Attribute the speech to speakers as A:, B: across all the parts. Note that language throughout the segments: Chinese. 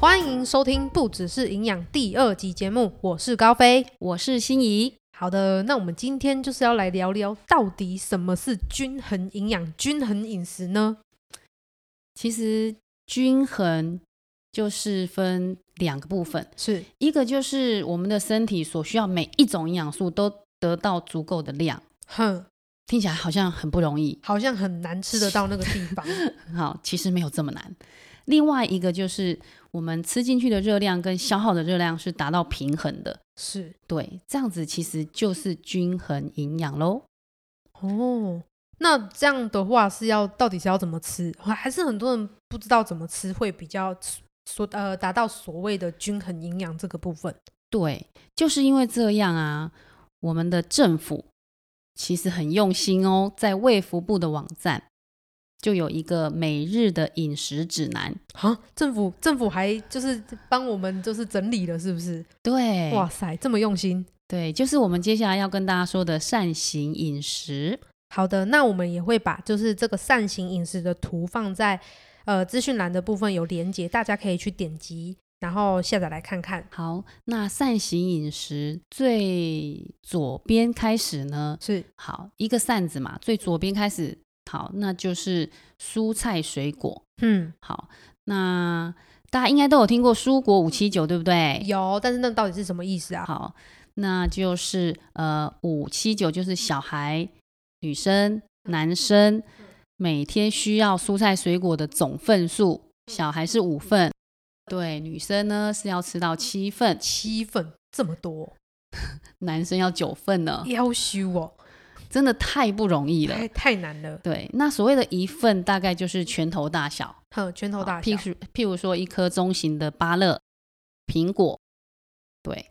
A: 欢迎收听《不只是营养》第二集节目，我是高飞。
B: 我是心仪，
A: 好的，那我们今天就是要来聊聊，到底什么是均衡营养、均衡饮食呢？
B: 其实均衡就是分两个部分，
A: 是
B: 一个就是我们的身体所需要每一种营养素都得到足够的量，
A: 哼，
B: 听起来好像很不容易，
A: 好像很难吃得到那个地方。
B: 好，其实没有这么难。另外一个就是我们吃进去的热量跟消耗的热量是达到平衡的，
A: 是
B: 对，这样子其实就是均衡营养喽。
A: 哦，那这样的话是要到底是要怎么吃？还是很多人不知道怎么吃会比较所呃达到所谓的均衡营养这个部分？
B: 对，就是因为这样啊，我们的政府其实很用心哦，在卫福部的网站就有一个每日的饮食指南。
A: 啊，政府政府还就是帮我们就是整理了，是不是？
B: 对，
A: 哇塞，这么用心！
B: 对，就是我们接下来要跟大家说的善行饮食。
A: 好的，那我们也会把就是这个善行饮食的图放在呃资讯栏的部分有连接，大家可以去点击，然后下载来看看。
B: 好，那善行饮食最左边开始呢，
A: 是
B: 好，一个扇子嘛，最左边开始，好，那就是蔬菜水果。
A: 嗯，
B: 好，那大家应该都有听过蔬果五七九，对不对？
A: 有，但是那到底是什么意思啊？
B: 好，那就是呃五七九就是小孩、女生、男生每天需要蔬菜水果的总份数，小孩是五份，对，女生呢是要吃到七份，
A: 七份这么多，
B: 男生要九份呢，
A: 要修哦，
B: 真的太不容易了。
A: 太太难了。
B: 对，那所谓的一份大概就是拳头大小，
A: 哼，拳头
B: 好
A: 大小
B: 譬如譬如说一颗中型的芭乐、苹果，对，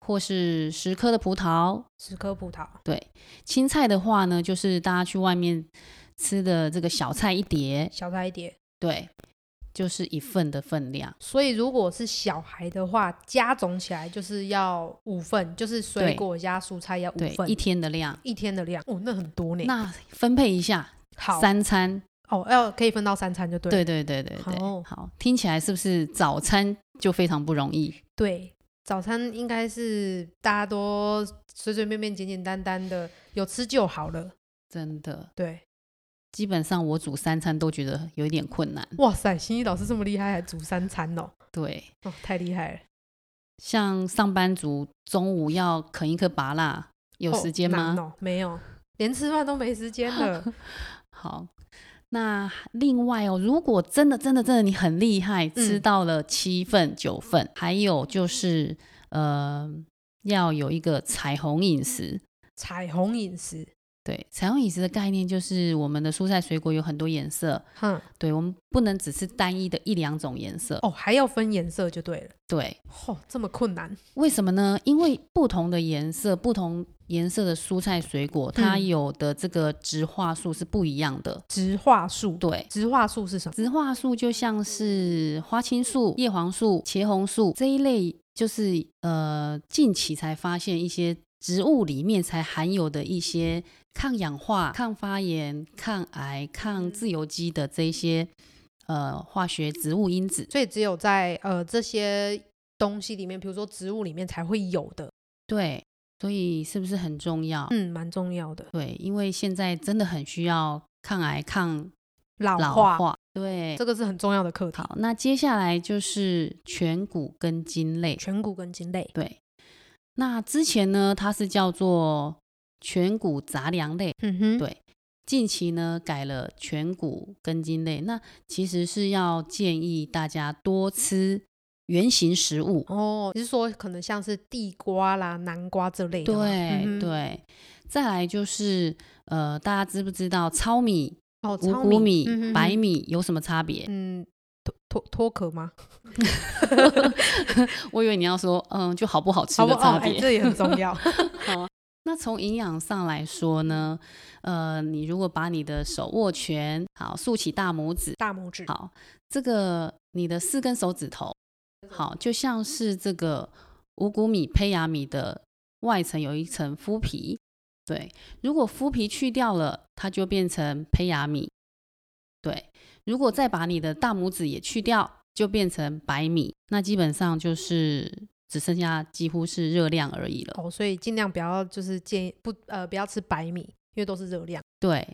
B: 或是十颗的葡萄，
A: 十颗葡萄，
B: 对，青菜的话呢，就是大家去外面吃的这个小菜一碟，
A: 小菜一碟。
B: 对，就是一份的分量。
A: 所以如果是小孩的话，加总起来就是要五份，就是水
B: 对
A: 果加蔬菜要五
B: 对，
A: 份
B: 一天的量，
A: 一天的量。哦，那很多呢。
B: 那分配一下
A: 好
B: 三餐，
A: 哦，要可以分到三餐就对了。
B: 对对对对对，
A: 好
B: 好，听起来是不是早餐就非常不容易？
A: 对，早餐应该是大家都随随便便、简简单单的，有吃就好了。
B: 真的，
A: 对，
B: 基本上我煮三餐都觉得有一点困难。
A: 哇塞，心怡老师这么厉害，还煮三餐哦，
B: 对，
A: 哦，太厉害了。
B: 像上班族中午要啃一颗拔辣，有
A: 哦
B: 时间吗？
A: 难哦没有，连吃饭都没时间 了。
B: 好，那另外哦，如果真的真的真的你很厉害，吃
A: 嗯
B: 到了七份九份，还有就是呃，要有一个彩虹饮食。
A: 彩虹饮食，
B: 对，彩虹饮食的概念就是我们的蔬菜水果有很多颜色，
A: 哼，
B: 对我们不能只吃单一的一两种颜色。
A: 哦，还要分颜色就对了。
B: 对，
A: 哦，这么困难，
B: 为什么呢？因为不同的颜色，不同颜色的蔬菜水果，它
A: 嗯
B: 有的这个植化素是不一样的。
A: 植化素，
B: 对，
A: 植化素是什么？
B: 植化素就像是花青素、叶黄素、茄红素这一类，就是呃近期才发现一些植物里面才含有的一些抗氧化、抗发炎、抗癌、
A: 嗯
B: 抗自由基的这一些呃化学植物因子。
A: 所以只有在呃这些东西里面，比如说植物里面才会有的，
B: 对，所以是不是很重要？
A: 嗯，蛮重要的。
B: 对，因为现在真的很需要抗癌、抗
A: 老
B: 老
A: 化，
B: 化对
A: 这，个是很重要的课题。
B: 好，那接下来就是全谷根茎类。
A: 全谷根茎类，
B: 对，那之前呢，它是叫做全谷杂粮类，
A: 嗯哼，
B: 对。近期呢改了全谷根茎类，那其实是要建议大家多吃原形食物。
A: 哦，你是说可能像是地瓜啦、南瓜这类的吗？
B: 对、
A: 嗯哼，
B: 对，再来就是呃，大家知不知道糙米、
A: 哦，
B: 五
A: 糙
B: 谷米、
A: 嗯哼
B: 白，米有什么差别？
A: 嗯，脱脱脱壳吗？
B: 我以为你要说，嗯，就好不好吃
A: 好不
B: 的
A: 好？
B: 差
A: 哎
B: 别。
A: 这也很重 要。
B: 啊那从营养上来说呢，呃，你如果把你的手握拳，好，竖起大拇指，
A: 大拇指，
B: 好，这个你的四根手指头，好，就像是这个五谷米、胚芽米的外层有一层麸皮，对，如果麸皮去掉了，它就变成胚芽米，对，如果再把你的大拇指也去掉，就变成白米，那基本上就是只剩下几乎是热量而已了。
A: 哦，所以尽量不要就是建议不呃不要吃白米，因为都是热量。
B: 对，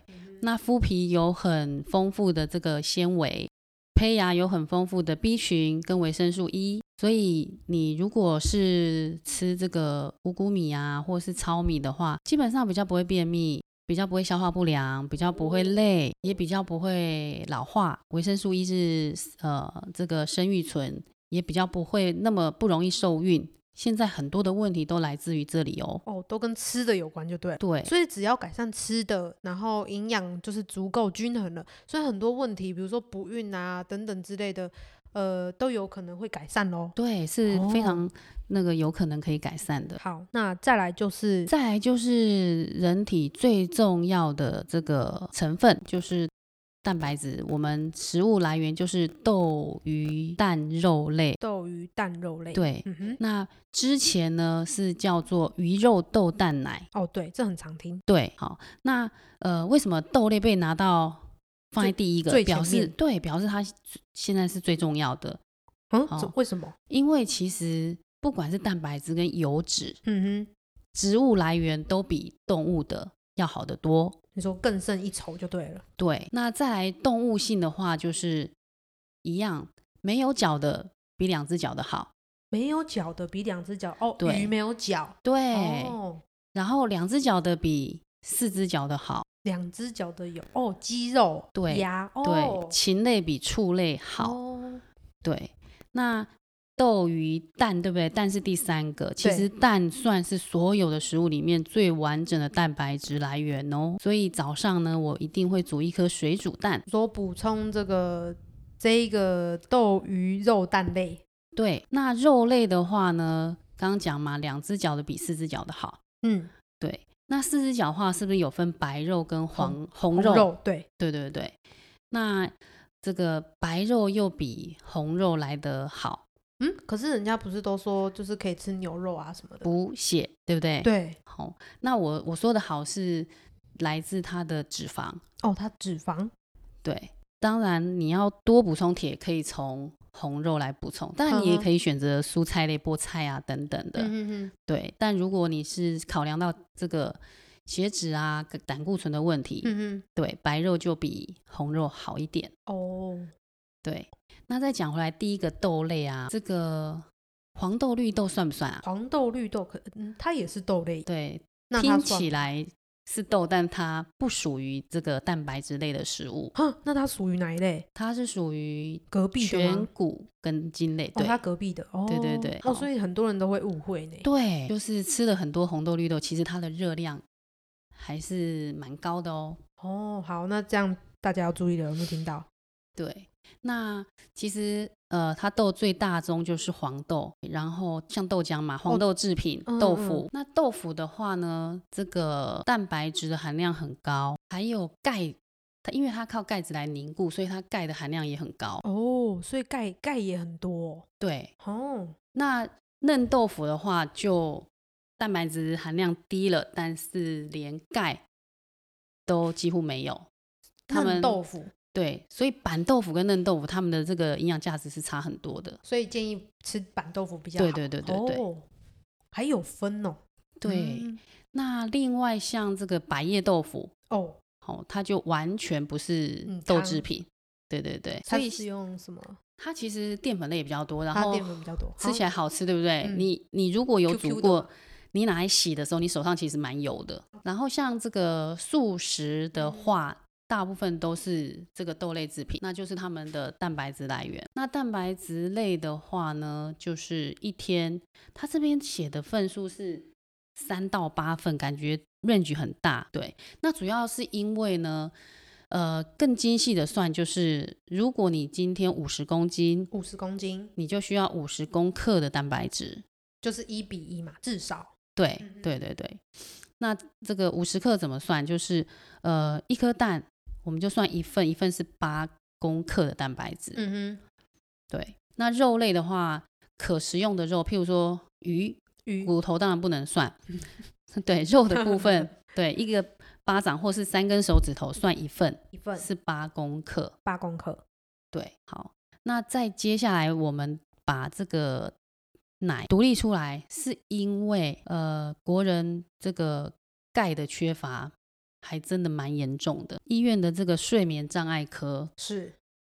B: 那麸皮有很丰富的这个纤维，胚芽有很丰富的 B 群跟维生素 E，所以你如果是吃这个五谷米啊，或是糙米的话，基本上比较不会便秘，比较不会消化不良，比较不会累，也比较不会老化。维生素 E 是呃这个生育醇，也比较不会那么不容易受孕。现在很多的问题都来自于这里哦。
A: 哦，都跟吃的有关就对了。
B: 对，
A: 所以只要改善吃的，然后营养就是足够均衡了，所以很多问题，比如说不孕啊等等之类的，呃，都有可能会改善喽。
B: 对，是非
A: 哦
B: 常那个有可能可以改善的。
A: 好，那再来就是
B: 再来就是人体最重要的这个成分就是蛋白质，我们食物来源就是豆、鱼、蛋、肉类。
A: 豆鱼蛋肉类。，
B: 对，
A: 嗯哼，
B: 那之前呢是叫做鱼肉豆蛋奶。
A: 哦，对，这很常听。
B: 对，好，那呃，为什么豆类被拿到放在第一个
A: 最？
B: 表
A: 前
B: 示
A: 面
B: 对，表示它现在是最重要的，
A: 嗯，这
B: 哦
A: 为什么？
B: 因为其实不管是蛋白质跟油脂，
A: 嗯哼，
B: 植物来源都比动物的要好得多。
A: 你说更胜一筹就对了。
B: 对，那再来动物性的话，就是一样，没有脚的比两只脚的好。
A: 没有脚的比两只脚哦，
B: 对
A: 鱼没有脚
B: 对，
A: 哦，
B: 然后两只脚的比四只脚的好。
A: 两只脚的有哦，鸡肉
B: 对
A: 鸭哦
B: 对，，禽类比畜类好。
A: 哦
B: 对，那豆鱼蛋对不对？蛋是第三个，其
A: 对
B: 实蛋算是所有的食物里面最完整的蛋白质来源哦。所以早上呢，我一定会煮一颗水煮蛋。
A: 所补充这个这一个豆鱼肉蛋类。
B: 对，那肉类的话呢，刚刚讲嘛，两只脚的比四只脚的好。
A: 嗯，
B: 对，那四只脚的话是不是有分白肉跟黄红
A: 红
B: 肉？
A: 对，
B: 对对对。那这个白肉又比红肉来得好，
A: 嗯，可是人家不是都说就是可以吃牛肉啊什么的，
B: 补血，对不对？。
A: 对，
B: 好、那我我说的好是来自它的脂肪，
A: 哦，它脂肪
B: 对。当然，你要多补充铁，可以从红肉来补充，当然你也
A: 嗯哼
B: 可以选择蔬菜类、菠菜啊等等的。
A: 嗯嗯
B: 对，但如果你是考量到这个血脂啊、胆固醇的问题，
A: 嗯嗯，
B: 对白肉就比红肉好一点。
A: 哦，
B: 对，那再讲回来，第一个豆类啊，这个黄豆、绿豆算不算啊？
A: 黄豆、绿豆可，嗯，它也是豆类，
B: 对，
A: 那它
B: 听
A: 算
B: 起来是豆，但它不属于这个蛋白质类的食物，
A: 哼，那它属于哪一类？
B: 它是属于
A: 隔壁的
B: 全
A: 吗？
B: 谷根茎类。
A: 哦，
B: 对、
A: 它隔壁的，哦，
B: 对对对
A: 哦，
B: 好
A: 所以很多人都会误会呢。
B: 对，就是吃了很多红豆、绿豆，其实它的热量还是蛮高的哦。
A: 哦，好，那这样大家要注意了，有没有听到？
B: 对，那其实呃，它豆最大宗就是黄豆，然后像豆浆嘛，黄
A: 哦
B: 豆制品、
A: 嗯
B: 豆腐。那豆腐的话呢，这个蛋白质的含量很高，还有钙，它因为它靠钙质来凝固，所以它钙的含量也很高。
A: 哦，所以钙钙也很多
B: 对，
A: 哦哦，
B: 那嫩豆腐的话就蛋白质含量低了，但是连钙都几乎没有。它
A: 嫩
B: 们
A: 豆腐，
B: 对，所以板豆腐跟嫩豆腐它们的这个营养价值是差很多的。
A: 所以建议吃板豆腐比较好。
B: 对对对对对、
A: 哦，还有分哦。
B: 对。
A: 嗯
B: 那另外像这个百叶豆腐，
A: 哦，
B: 哦，它就完全不是
A: 嗯
B: 豆
A: 汤
B: 制品，对对对，所
A: 它
B: 以
A: 是用什么？
B: 它其实淀粉类也比较多，然
A: 它
B: 后
A: 淀粉比较多，
B: 吃起来好吃，对不对？
A: 嗯
B: 你你如果有
A: QQ 的
B: 煮过
A: 嘛，
B: 你拿来洗的时候，你手上其实蛮油的。然后像这个素食
A: 嗯
B: 的话。大部分都是这个豆类制品，那就是它们的蛋白质来源。那蛋白质类的话呢，就是一天，它这边写的份数是三到八份，感觉 range 很大。对，那主要是因为呢，呃，更精细的算，就是如果你今天五十公斤，
A: 五十公斤，
B: 你就需要五十公克的蛋白质。
A: 就是一比一嘛，至少。
B: 对
A: 嗯哼
B: 对对对，那这个五十克怎么算？就是呃，一颗蛋我们就算一份，一份是八公克的蛋白质。
A: 嗯哼，
B: 对，那肉类的话，可食用的肉，譬如说鱼，
A: 鱼
B: 骨头当然不能 算。对肉的部分，对一个巴掌或是三根手指头算一份
A: 一份
B: 是八公克。
A: 八公克，
B: 对，好，那再接下来，我们把这个奶独立出来，是因为呃，国人这个钙的缺乏还真的蛮严重的。医院的这个睡眠障碍科，
A: 是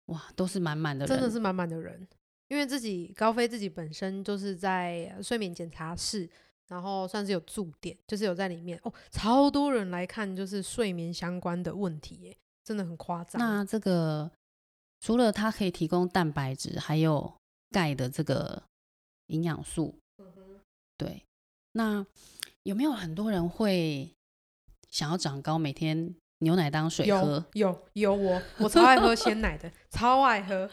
B: 哇，都是满满的人，
A: 真的是满满的人，因为自己高飞自己本身就是在呃睡眠检查室，然后算是有驻点，就是有在里面哦，超多人来看就是睡眠相关的问题耶，真的很夸张。
B: 那这个除了它可以提供蛋白质，还有钙的这个营养素。
A: 嗯
B: 对，那有没有很多人会想要长高，每天牛奶当水
A: 有
B: 喝？
A: 有有我我超爱喝鲜奶的，超爱喝，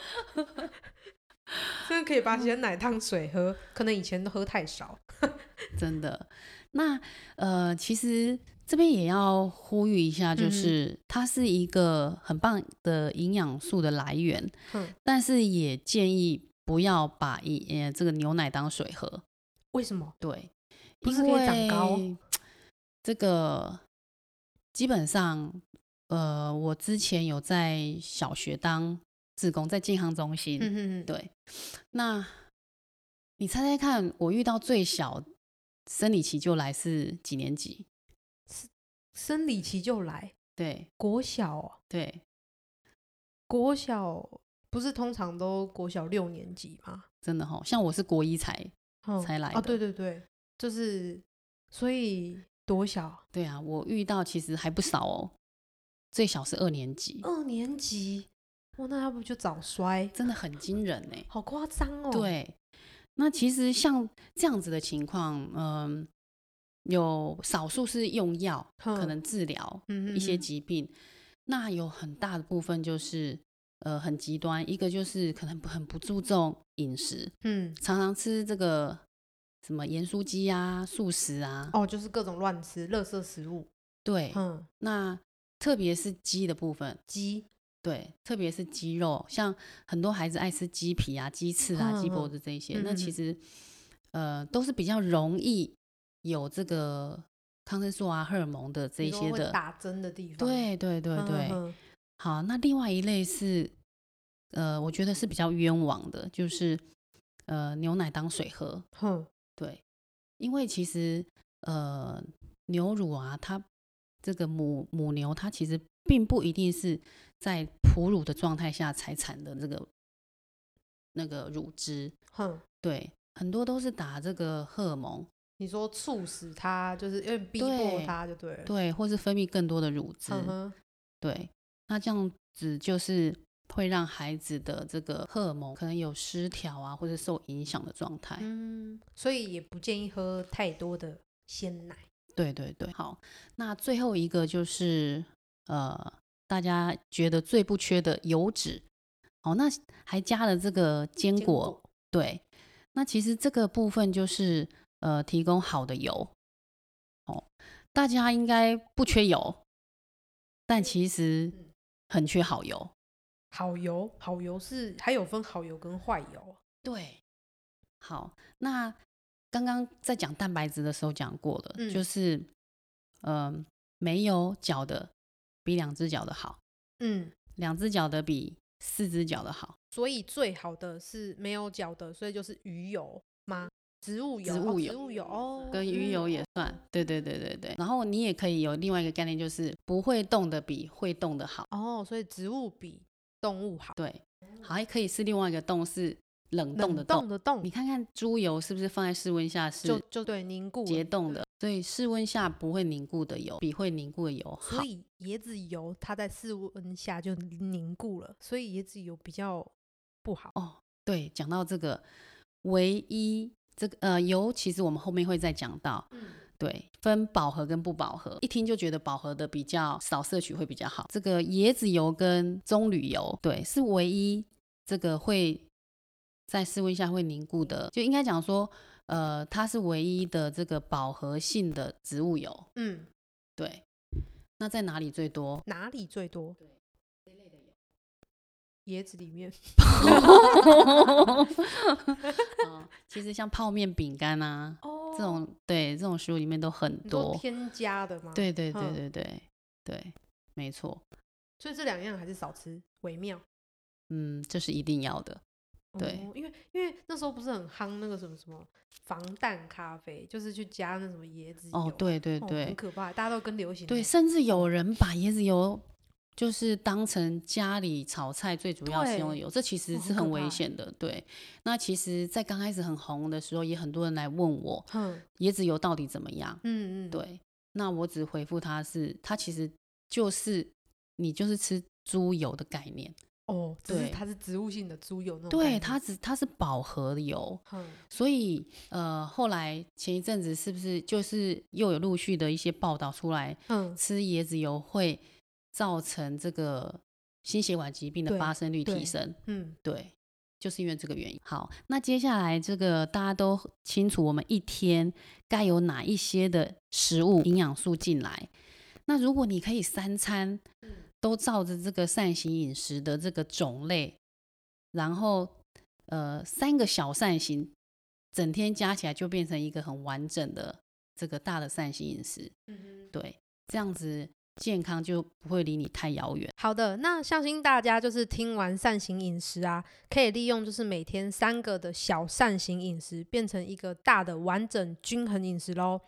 A: 真的可以把鲜奶当水喝，可能以前都喝太少。
B: 真的。那呃，其实这边也要呼吁一下，
A: 嗯
B: 就
A: 哼
B: 是、它是一个很棒的营养素的来源，
A: 哼，
B: 但是也建议不要把一呃这个牛奶当水喝，
A: 为什么？
B: 对，
A: 不
B: 因
A: 是可以长高
B: 为这个基本上，呃，我之前有在小学当志工，在健康中心，
A: 嗯哼哼，
B: 对，那你猜猜看，我遇到最小生理期就来是几年级？
A: 生理期就来，
B: 对
A: 国小、哦、
B: 对，
A: 国小不是通常都国小六年级吗？
B: 真的哈、像我是国一才，
A: 嗯
B: 才来
A: 啊，
B: 的
A: 对对对，就是所以多小？
B: 对啊，我遇到其实还不少哦，最小是二年级，
A: 二年级，哇，那要不就早衰，
B: 真的很惊人呢、
A: 好夸张哦。，
B: 对，那其实像这样子的情况，嗯，有少数是用药，可
A: 哼
B: 能治疗，
A: 嗯
B: 一些
A: 嗯嗯
B: 疾病。那有很大的部分就是，呃，很极端，一个就是可能很不注重饮食，
A: 嗯，
B: 常常吃这个什么盐酥鸡啊、素食啊。
A: 哦，就是各种乱吃，垃圾食物，
B: 对，
A: 嗯，
B: 那特别是鸡的部分，
A: 鸡，
B: 对，特别是鸡肉，像很多孩子爱吃鸡皮啊、鸡翅啊、鸡
A: 嗯
B: 脖
A: 嗯
B: 子这一些，
A: 嗯
B: 那
A: 嗯
B: 其
A: 嗯
B: 实呃都是比较容易有这个抗生素啊、荷尔蒙的这
A: 你
B: 一
A: 说
B: 些
A: 会
B: 的。
A: 打针的地方，
B: 对对对
A: 嗯
B: 对，
A: 嗯
B: 好，那另外一类是，呃，我觉得是比较冤枉的，就是呃，牛奶当水喝。
A: 哼，
B: 对，因为其实呃，牛乳啊，它这个母母牛它其实并不一定是在哺乳的状态下才产的这个那个乳汁，
A: 哼，
B: 对，很多都是打这个荷尔蒙，
A: 你说促使他，就是有点逼迫
B: 对
A: 他就对了，
B: 对，或是分泌更多的乳汁，
A: 嗯哼，
B: 对，那这样子就是会让孩子的这个荷尔蒙可能有失调啊，或者受影响的状态。
A: 嗯，所以也不建议喝太多的鲜奶，
B: 对对对，好，那最后一个就是呃，大家觉得最不缺的油脂，哦，那还加了这个坚
A: 坚
B: 果，对，那其实这个部分就是呃，提供好的油，哦，大家应该不缺油，但其实
A: 嗯
B: 很缺好油，
A: 好油，好油是还有分好油跟坏油。
B: 对，好，那刚刚在讲蛋白质的时候讲过了，
A: 嗯
B: 就是嗯、呃没有脚的比两只脚的好，
A: 嗯，
B: 两只脚的比四只脚的好，
A: 所以最好的是没有脚的，所以就是鱼油吗？植物油，
B: 植物油
A: 哦、植物油哦，
B: 跟鱼油也算。对对对对对。然后你也可以有另外一个概念，就是不会动的比会动的好。
A: 嗯哦，所以植物比动物好，
B: 对，好，还可以是另外一个动是冷冻的
A: 哦冷冻
B: 冻。
A: 的冻
B: 你看看猪油是不是放在室温下
A: 就是就对凝固了
B: 结冻的，所以室温下不会凝固的油比会凝固的油好
A: 所。以椰子油它在室温下就凝固了，所以椰子油比较不好。
B: 哦，对，讲到这个，唯一这个呃油，其实我们后面会再讲到。
A: 嗯，
B: 对，分饱和跟不饱和，一听就觉得饱和的比较少摄取会比较好。这个椰子油跟棕榈油，对，是唯一这个会在室温下会凝固的，就应该讲说，呃，它是唯一的这个饱和性的植物油。
A: 嗯，
B: 对，那在哪里最多？
A: 哪里最多？椰子里面，
B: 嗯其实像泡面、饼干啊，
A: 哦
B: 这种对这种食物里面都很
A: 你说
B: 多。
A: 添加的吗？，
B: 对对对
A: 嗯
B: 对对对，没错。
A: 所以这两样还是少吃为妙。
B: 嗯，这是一定要的。对
A: 哦因为因为那时候不是很夯那个什么什么防弹咖啡，就是去加那什么椰子
B: 哦
A: 油，
B: 对对
A: 哦
B: 对、
A: 很可欸怕，大家都跟流行
B: 对，
A: 的
B: 甚至有人把椰子油就是当成家里炒菜最主要使用的
A: 对
B: 油，这其实
A: 哦
B: 是
A: 很可
B: 很危
A: 怕
B: 险的。对，那其实，在刚开始很红的时候，也很多人来问我
A: 嗯
B: 椰子油到底怎么样。
A: 嗯嗯，
B: 对，那我只回复他是，它其实就是你就是吃猪油的概念，
A: 哦，只是
B: 对
A: 它是植物性的猪油那种概
B: 对，
A: 念，
B: 它只它是饱和油，
A: 嗯
B: 所以呃，后来前一阵子是不是就是又有陆续的一些报道出来，
A: 嗯
B: 吃椰子油会造成这个心血管疾病的
A: 对
B: 发生率提
A: 对
B: 升，
A: 嗯，
B: 对。就是因为这个原因。好，那接下来这个大家都清楚，我们一天该有哪一些的食物营养素进来。那如果你可以三餐都照着这个膳行饮食的这个种类，然后呃三个小膳行，整天加起来就变成一个很完整的这个大的膳行饮食。
A: 嗯哼
B: 对，这样子健康就不会离你太遥远。
A: 好的，那相信大家就是听完善行饮食啊，可以利用就是每天三个的小善行饮食，变成一个大的完整均衡饮食喽。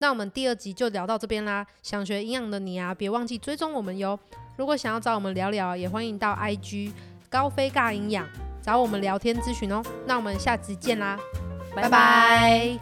A: 那我们第二集就聊到这边啦。想学营养的你啊，别忘记追踪我们哟。如果想要找我们聊聊，啊也欢迎到 IG 高飞尬营养找我们聊天咨询哦。那我们下集见啦，拜拜